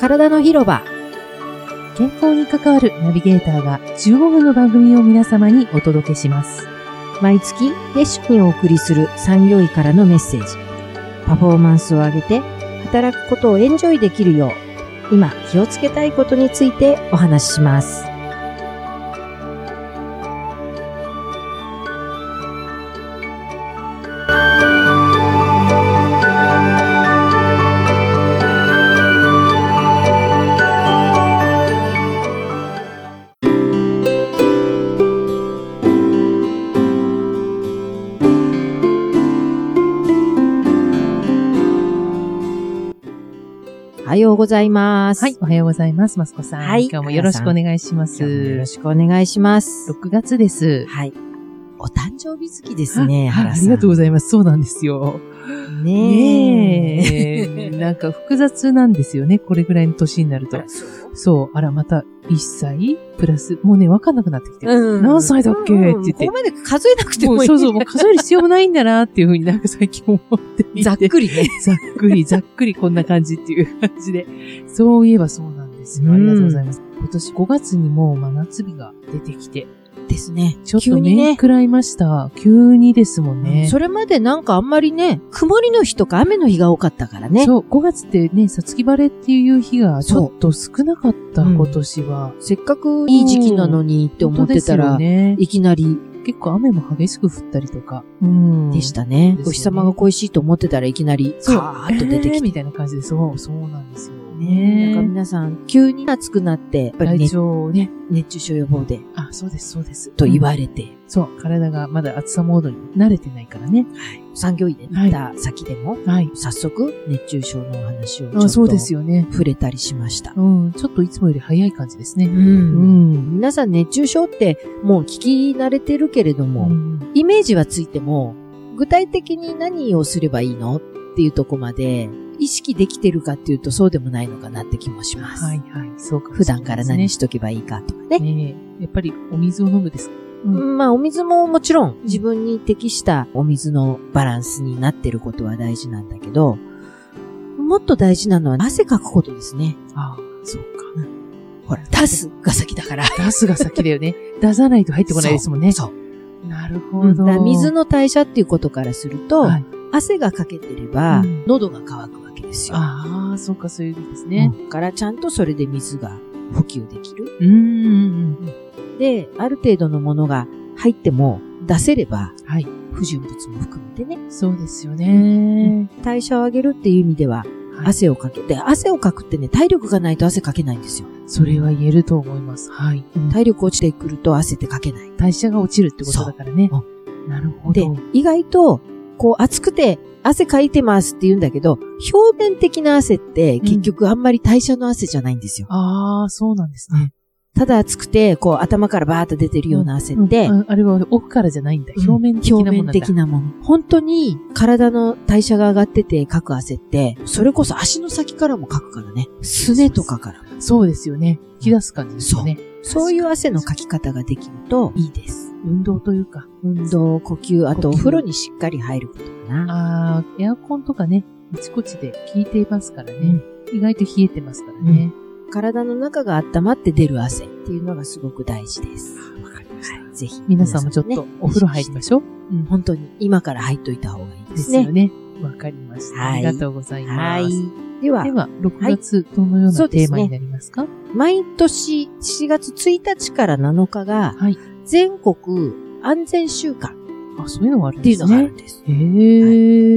体の広場。健康に関わるナビゲーターが15分の番組を皆様にお届けします。毎月、月初にお送りする産業医からのメッセージ。パフォーマンスを上げて、働くことをエンジョイできるよう、今気をつけたいことについてお話しします。おはようございます。はい、おはようございます、マスコさん。はい今日もよろしくお願いします。今日もよろ6しくお願いします。月です。はい。お誕生日月ですね、はい、原あさん。りがとうございます。そうなんですよ。ねえ。ねえ。 なんか複雑なんですよね、これぐらいの年になると。そう、あら、また1歳プラス、もうね、わかんなくなってきてる。うん何歳だっけって言ってここまで数えなくてももういい。そうそう、もう数える必要もないんだなっていうふうになんか最近思っていて。ざっくりね。ざっくり、ざっくりこんな感じっていう感じで。そういえばそうなんですよ。うんありがとうございます。今年5月にもう真夏日が出てきて、 ですね。ちょっ急とに面ね。食らいました。急にですもんね。それまでなんかあんまりね、曇りの日とか雨の日が多かったからね。そう、5月ってね、さつき晴れっていう日がちょっと少なかった、そううん今年は。っせっかくいい時期なのにって思ってたら、ね、いきなり結構雨も激しく降ったりとか。うんでしたねう。んお日様が恋しいと思ってたらいきなり、そうカーッと出てえーきみて。たいな感じで、そう、そうなんですよ。ねえ。なんかね皆さん、急に暑くなって、やっぱり体熱調をね、熱中症予防で、あ、そうです、そうです。と言れわれて、そう、体がまだ暑さモードに慣れてないからね。産業医で行った先でも、はい。早速、熱中症のお話をちょっあとそうですよね。触れたりしました。うん。ちょっといつもより早い感じですう。ね。うんん。皆さん熱中症ってもう聞き慣れてるけれども、うんイメージはついても、具体的に何をすればいいのっていうとこまで、意識できてるかっていうとそうでもないのかなって気もします。はいはい。そうかも普しれない段ですね。から何しとけばいいかとかね。ねえやっぱりお水を飲むですかうんまあお水ももちろん自分に適したお水のバランスになってることは大事なんだけど、もっと大事なのは汗かくことですね。ああ、そうか。ほら、出すが先だから。ガスが先だよね。 出さないと入ってこないですもんね。そう。なるうほんだど。から水の代謝っていうことからすると、はい汗がかけてれば、うん喉が渇くわけですよ。ああ、そうか、そういう意味ですね。うんだからちゃんとそれで水が補給できる。うん。うんうんで、ある程度のものが入っても出せれば、はい。不純物も含めてね、そうですよね。代謝を上げるっていう意味では、はい汗をかけて、汗をかくってね、体力がないと汗かけないんですよ。それは言えると思います。はい。体力落ちてくると汗ってかけない。代謝が落ちるってことだからねそう。なるほでど。、意外と、こう暑くて汗かいてますって言うんだけど、表面的な汗って結局あんまり代謝の汗じゃないんですよ。ああ、そうなんですね。ただ暑くて、こう頭からバーッと出てるような汗って、うんあれは奥からじゃないんだ。表面的なものなんだ。表面的なもの。本当に体の代謝が上がっててかく汗って、それこそ足の先からもかくからね。すねとかからも。そうですよね。引き出す感じですよね。そういう汗のかき方ができるといいです。運動というか。運動、呼吸、あと呼吸お風呂にしっかり入ることかな。ああ、エアコンとかね、あちこちで効いていますからね。意外と冷えてますからね。体の中が温まって出る汗っていうのがすごく大事です。わかりました。ぜひ。皆さんもちょっとねお風呂入りましょう。うん本当に今から入っといた方がいいでですすよね。ね。わかりました。はあいりがとうございまはす。い。ではで、は、6月、どのようそなうでテすーねマになりますか毎年7月1日から7日が、はい。全国安全週間あ、そういうのがあるんってでいうすのがあるね。んです。へ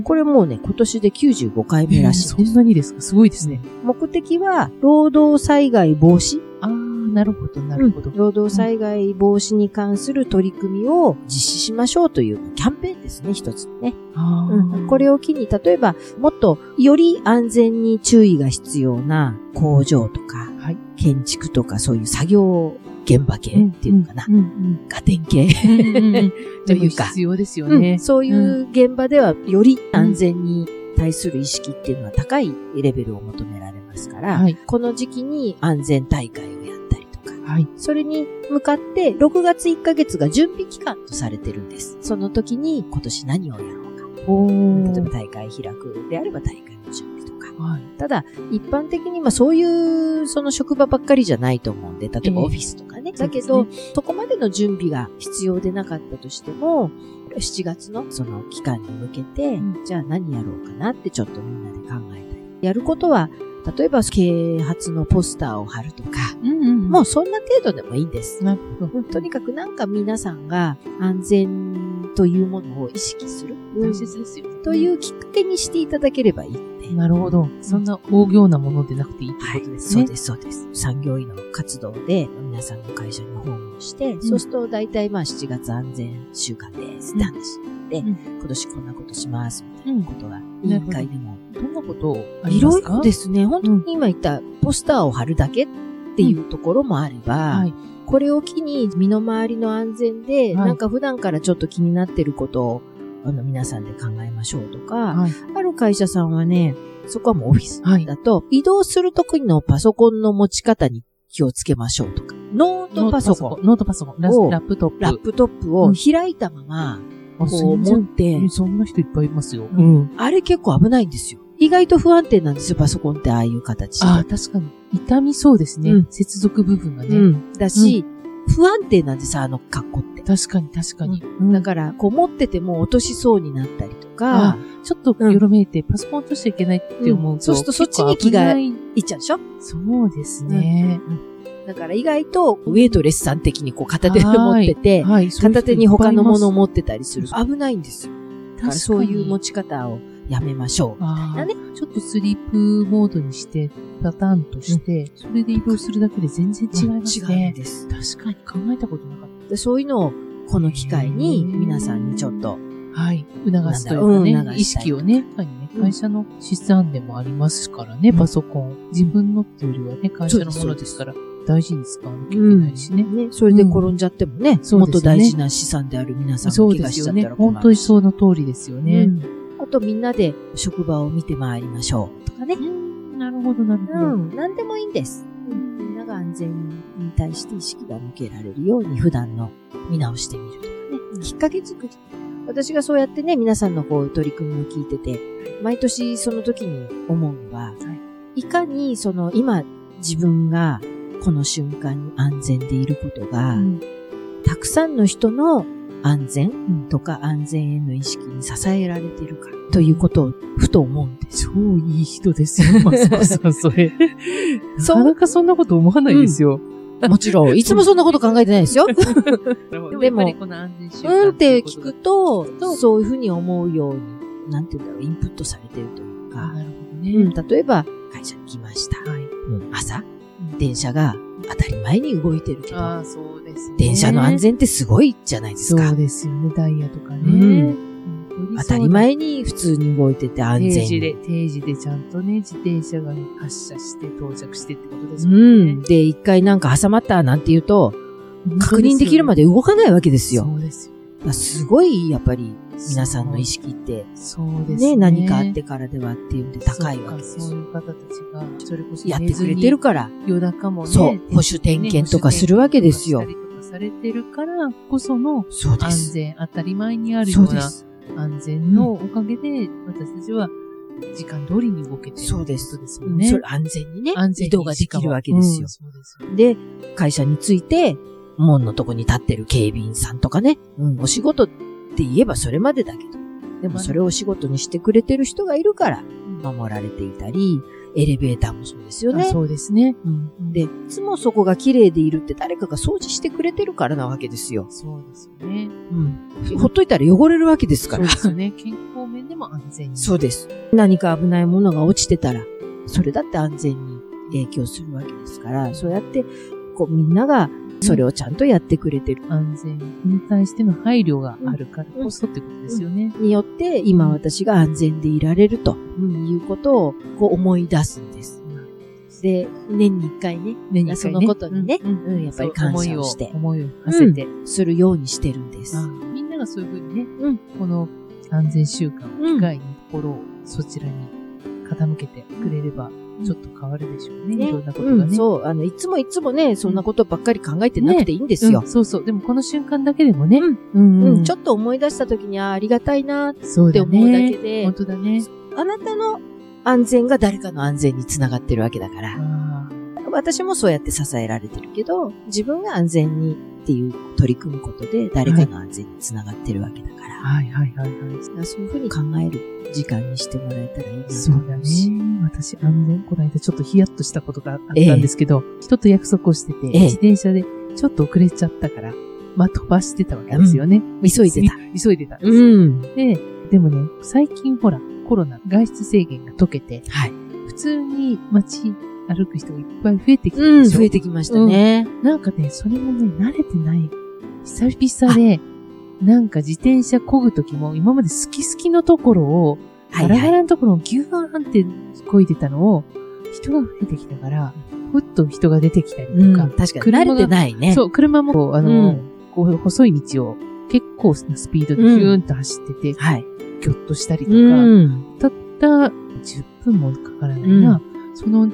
ー。これもうね、今年で95回目えらー、しいんそでんす。なにですかすごいですね。目的は、労働災害防止。あー、なるほど、なるほど。労働災害防止に関する取り組みを実施しましょうというキャンペーンですね、一つね。あーうんこれを機に、例えば、もっとより安全に注意が必要な工場とか、はい建築とかそういう作業現場系っていうのかな、んんガテン系うんうんうんと でいもうか必要ですよね。そういう現場ではより安全に対する意識っていうのは高いレベルを求められますから、はい。この時期に安全大会をやったりとか、はい。それに向かって6月1ヶ月が準備期間とされてるんです。その時に今年何をやろうか。お例えばー。大会開くであれば大会の準備とか、はい。ただ、一般的にまあそういうその職場ばっかりじゃないと思うんで、例えばええオフィスとかね。そうだけですねど、そこまでの準備が必要でなかったとしても、7月のその期間に向けて、うんじゃあ何やろうかなってちょっとみんなで考えたり。やることは、例えば啓発のポスターを貼るとか、うんうん。もうそんな程度でもいいんです。なるほど。とにかくなんか皆さんが安全というものを意識する。大切ですよ、というきっかけにしていただければいい。なるほど。そんな大行なものでなくていいってはいことですそうね。です、そうです。産業医の活動で、皆さんの会社に訪問して、そうすると大体まあ7月安全週間ですって話になって、うん今年こんなことしますみたいうんなことが、委員会でも。どんなことをあいりまろいすかろですね、本当に今言ったポスターを貼るだけっていうところもあれば、はい。これを機に身の回りの安全で、はいなんか普段からちょっと気になってることを、あの皆さんで考えましょうとか、はい。ある会社さんはね、そこはもうオフィスはいだと、移動する時のパソコンの持ち方に気をつけましょうとか、ノートパソコン、ノートパソコン。ラをラップトップ。ラップトップを開いたまま、あこう持全っ然て、そんな人いっぱいいますよ。うんあれ結構危ないんですよ。意外と不安定なんですよ、パソコンってああいう形でああ、確かに。痛みそうですね。うん接続部分がね。うんだし、不安定なんです、あの格好って。確かに確かに。うんだから、こう持ってても落としそうになったりとかあ、ちょっとよろめいて、パソコン落としちゃいけないって思ううと、んそうするとそっちに気がいっちゃうでしょ結構危ないそうですね。だから意外と、ウェイトレスさん的にこう片手で持ってて、はい。そういう人片手に他のものをいっ持ってたりする。危ないんですよ。ぱいいますそういう持ち。ち方をやめましょう。ああだねちょっとスリープモードにして、パターンとして、それで移動するだけで全然違います違うんね。です。確かに考えたことなかっでそういうのを、この機会に、うん皆さんにちょっと、た。はい。促すというかね、なんだうん促したい意識をね、確かにね、会社の資産でもありますからね、うんパソコン。自分のっていうよりはね、会社のものですから、大事に使わなきゃいけないしね。ね、それで転んじゃってもね、そうもっでとすね大事な資産である皆さんそがう怪で我すしちゃよったね。ら困本る。当にその通りですよね。うんあとみんなで職場を見て回りましょうとかね。うん、なるほど、なるほど。うん、何でもいいんです。みんなが安全に対して意識が向けられるように普段の見直してみるとかね、きっかけ作り。私がそうやってね、皆さんのこう取り組みを聞いてて、毎年その時に思うのは、い、かにその今自分がこの瞬間に安全でいることが、うんたくさんの人の安全とか安全への意識に支えられてるかということをふと思うんですよ。超いい人ですよ、マスコさん、それ。なそうかなか そんなこと思わないですよ。 もちろん、いつもそんなこと考えてないですよ。ででもも、やっぱりこの安全習うん慣っていうこと聞くがと、そういうふうに思うように、なんていうんだろう、インプットされてるというあか、なるほどうん、ね。例えば、会社に来ました。はい。うん朝、電車が当たり前に動いてるけど、ああ、そうですね。電車の安全ってすごいじゃないですそかう。ですよね、ダイヤとかね。うん本当にそうだ当たり前に普通に動いてて安定全時で、に。定時でちゃんとね、自転車が発車して到着してってことですうもんね。ん。で、一回なんか挟まったなんて言うと、本当すよ確認できるまで動かないわけですよ。そうですよ。だからすごい、やっぱり、皆さんの意識って、そうですね、何かあってからではっていうんで高いわけでそうかすそうよ。いう方たちが、それこそやってくれてるから、夜中もね、そう徹底保守点検とかするわけですよ保守点検とかされてるからこそのそうで安す。全、当たり前にあるよそううでなす。安全のおかげで、私たちは時間通りに動けてるそうですってことですうもんんね。それ安全にね、安全移に動ができるわけですようん。そうですよで、会社について、門のとこに立ってる警備員さんとかね、うん、お仕事って言えばそれまでだけど、でもそれをお仕事にしてくれてる人がいるから、守られていたり、エレベーターもそうですよあね。そうですね。うんで、いつもそこが綺麗でいるって誰かが掃除してくれてるからなわけですよ。そうですよね。うん。ほっといたら汚れるわけですかそうらで。すよね。健康面でも安全に。そうです。何か危ないものが落ちてたら、それだって安全に影響するわけですから、そうやって、こうみんながそれをちゃんとやってくれてる。安全に対しての配慮があるからこそってことですよね。によって、今私が安全でいられるということをこう思い出すんです。で、年に一回ね、ねそのことにねうんうんうんやっぱり感謝をしてそう思いを思いを馳せて、するようにしてるんです。あみんながそういうふうにね、うんこの安全習慣を機会に心をそちらに傾けてくれれば、んちょっと変わるでしょうね。ねいろんなことがね。うん、そう、あの、いつもいつもね、そんなことばっかり考えてなくていいんですよ。うんそうそう。でもこの瞬間だけでもね、うんうんうん、ちょっっと思い出した時に、あーありがたいなーっとそうてだ思うだねけ。で、本当だね。あなたの安全が誰かの安全につながってるわけだから、あ私もそうやって支えられてるけど、自分が安全にっていう取り組むことで誰かの安全につながってるわけだから、ーはいはいはいはい。だからそういうふうに考える時間にしてもらえたらいいなとそうだ思ねし。私、安全、この間ちょっとヒヤッとしたことがあったんですけど、人と約束をしてて、ええ自転車でちょっと遅れちゃったから、まあ飛ばしてたわけですよね。急いでた。急いでたんですよ。うん。で、でもね、最近ほら、コロナ、外出制限が解けて、はい。普通に街歩く人がいっぱい増えてきたうんでん、しょ、増えてきましたね。なんかね、それもね、慣れてない。久々で、なんか自転車漕ぐときも、今まで好き好きのところを、はガいラガはい。ラのところをギューンって漕いでたのを、人が増えてきたから、ふっと人が出てきたりとうん、か確、かに慣れてないね。そう、車もこう、あの、うんこう細い道を結構なスピードでギューンと走ってて、はい。ぎょっとしたりとか、うん。たった10分もかからないな、その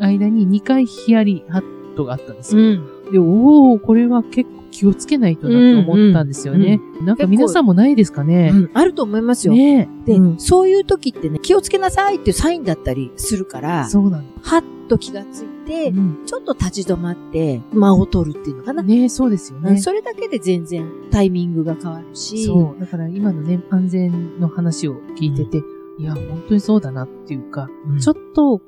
間に2回ヒヤリハットがあったんですうよ。ん。で、おおこれは結構気をつけないとなと思ったんですよね。なんか皆さんもないですかね。あると思いますよ。ねえで、うんそういう時ってね、気をつけなさいっていうサインだったりするから、そうなんだ。はっと気がついて、うんちょっと立ち止まって、間を取るっていうのかな。ねえそうですようんね。それだけで全然タイミングが変わるし、そう。だから今のね、安全の話を聞いてて、いや、本当にそうだなっていうか、うんちょっと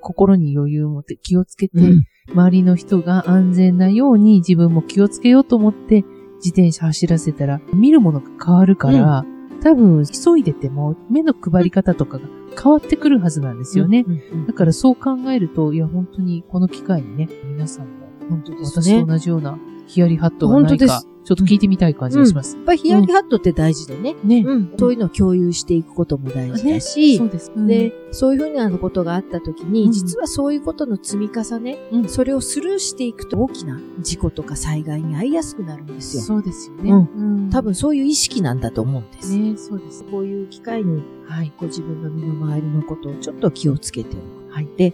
心に余裕を持って気をつけて、うん周りの人が安全なように自分も気をつけようと思って自転車走らせたら見るものが変わるから、多分急いでても目の配り方とかが変わってくるはずなんですよね。うんうんだからそう考えると、いや本当にこの機会にね、皆さんも本当です私ね。やとっ同じようなヒヤリハットがな本い当でか、すちょっと聞いてみたい感じがします。ぱりヒヤリハットって大事でね、ね、うんそういうのを共有していくことも大事だし、そうです。で、そういうふうなことがあった時に、うん実はそういうことの積み重ね、うんそれをスルーしていくと大きな事故とか災害に遭いやすくなるんですよ。そうですよね。うんん多分そういう意識なんだと思うんです。ね、そうです。こういう機会にはい。ご自分の身の回りのことをちょっと気をつけておく。はいで、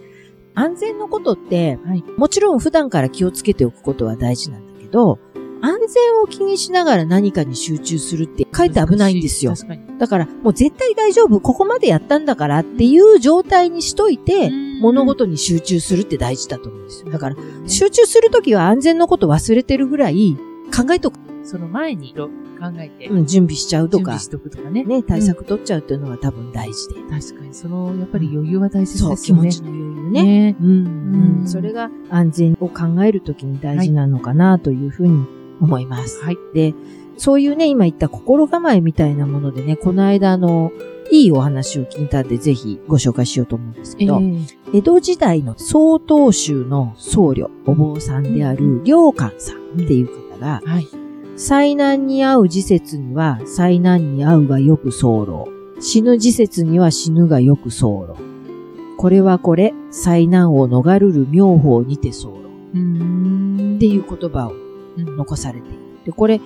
安全のことって、はいもちろん普段から気をつけておくことは大事なんだけど、安全を気にしながら何かに集中するって、かえって危ないんですよ。確かに。だから、もう絶対大丈夫、ここまでやったんだからっていう状態にしといて、物事に集中するって大事だと思うんですよ。だから、ね集中するときは安全のこと忘れてるぐらい考えとく、その前にいろいろ考えて、うん、準備しちゃうと準か備、しとくとかね。ね、対策取っちゃうっていうのが多分大事で。確かに、その、やっぱり余裕は大切そう、です気よ持ね。ちの余裕ね。ね。うんう、んそれが安全を考えるときに大事なのかなというふうに思います。はい。で、そういうね、今言った心構えみたいなものでね、この間あの、いいお話を聞いたんで、ぜひご紹介しようと思うんですけど、江戸時代の曹洞宗の僧侶、お坊さんである良寛さんっていう方が、はい。災難に遭う時節には災難に遭うがよく候死ぬ時節には死ぬがよく候これはこれ、災難を逃るる妙法にて候うんっていう言葉を残されている。で、これ、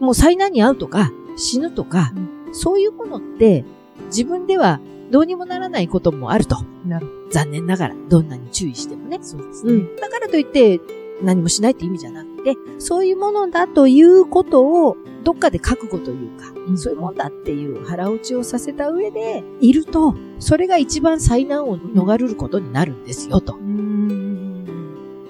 もう災難に遭うとか、死ぬとか、うそういうものって、自分ではどうにもならないこともあると。なるほど。残念ながら、どんなに注意してもね。そうですうね。ん。だからといって、何もしないって意味じゃなくて、そういうものだということを、どっかで覚悟というか、うんそういうもんだっていう腹落ちをさせた上で、いると、それが一番災難を逃れることになるんですよ、と。うん。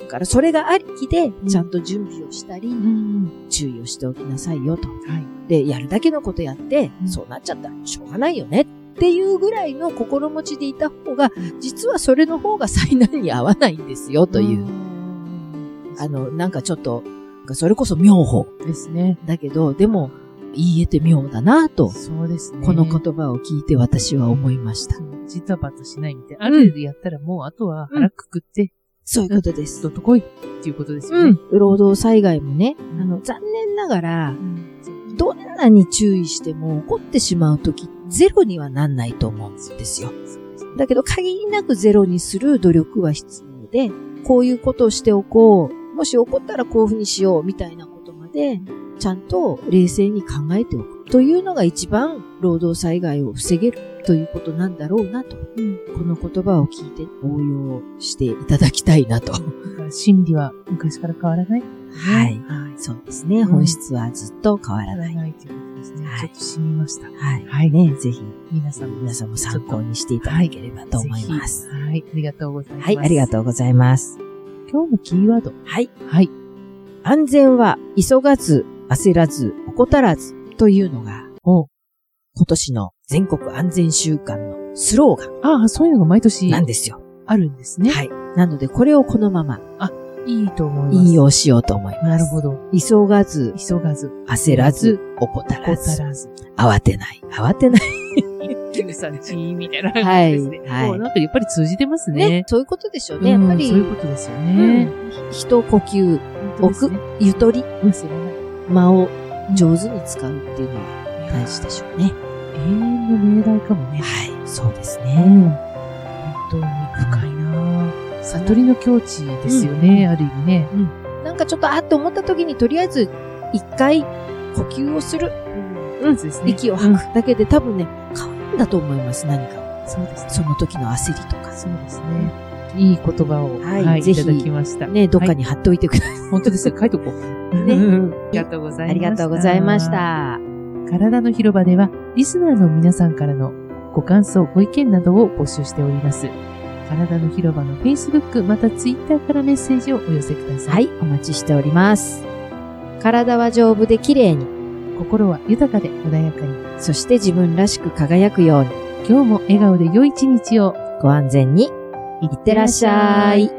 だから、それがありきで、んちゃんと準備をしたり、うん。注意をしておきなさいよ、と。はい。で、やるだけのことやって、うんそうなっちゃったらしょうがないよね。っていうぐらいの心持ちでいた方が、実はそれの方が災難に合わないんですよ、という。うん。あの、なんかちょっと、なんかそれこそ妙法。ですね。だけど、でも、言えて妙だなと、そうですね。この言葉を聞いて私は思いました。ジタバタしないみたいな。ある程度やったらもう、あとは腹くくって、そういうことでどす。っと来いっていうことですようねん。。労働災害もね、あの、残念ながら、うんどんなに注意しても起こってしまうとき、ゼロにはなんないと思うんですよ。だけど、限りなくゼロにする努力は必要で、こういうことをしておこう、もし起こったらこういうふうにしよう、みたいなことまで、ちゃんと冷静に考えておくというのが一番労働災害を防げるということなんだろうなと、この言葉を聞いて応用していただきたいなと。だから心理は昔から変わらない。はい。はい。そうですね。うん本質はずっと変わらない。ないということですね。はいちょっと染みました。はい。はい。ね、ぜひ、皆さんも皆さんも参考にしていただければと思います。ぜひはい。ありがとうございます。はい、ありがとうございます。う。今日のキーワード。はい。はい。安全は急がず、焦らず、怠らずというのが、お今年の全国安全週間のスローガンああ、そういうのが毎年なんですよ。あるんですね。はい。なので、これをこのままいいと思います。引用しようと思います。なるほど。急がず、急がず、焦らず、怠ら怠ず、らず。慌てない、慌てない。九三一みたいな感じですね。はいはいもうなんかやっぱり通じてますね。ね、そういうことでしょうね。やっぱうり、んそういうことですようんね。一呼吸、本当です奥ね、ゆとり、忘れない。間を上手に使うっていうのは大事でしょうね。永遠の命題かもはね。い、そうですうね。ん。本当に深いなぁ悟りの境地ですよね、ある意味ね。なんかちょっとあっと思った時にとりあえず一回呼吸をする、うん、そうですね。息を吐くだけで多分ね、変わるんだと思います、何か。そうですね。その時の焦りとか。そうですね。いい言葉を、ははいい、ぜいひただきました。ね、どっかに貼っておいてください。本当ですよ。書いとこう。ね ありがとうございまし た。ありがとうございまし。た。体の広場では、リスナーの皆さんからのご感想、ご意見などを募集しております。体の広場の Facebook、また Twitter からメッセージをお寄せください。はい、お待ちしております。体は丈夫で綺麗に、心は豊かで穏やかに。そして自分らしく輝くように、今日も笑顔で良い一日を。ご安全に、いってらっしゃい。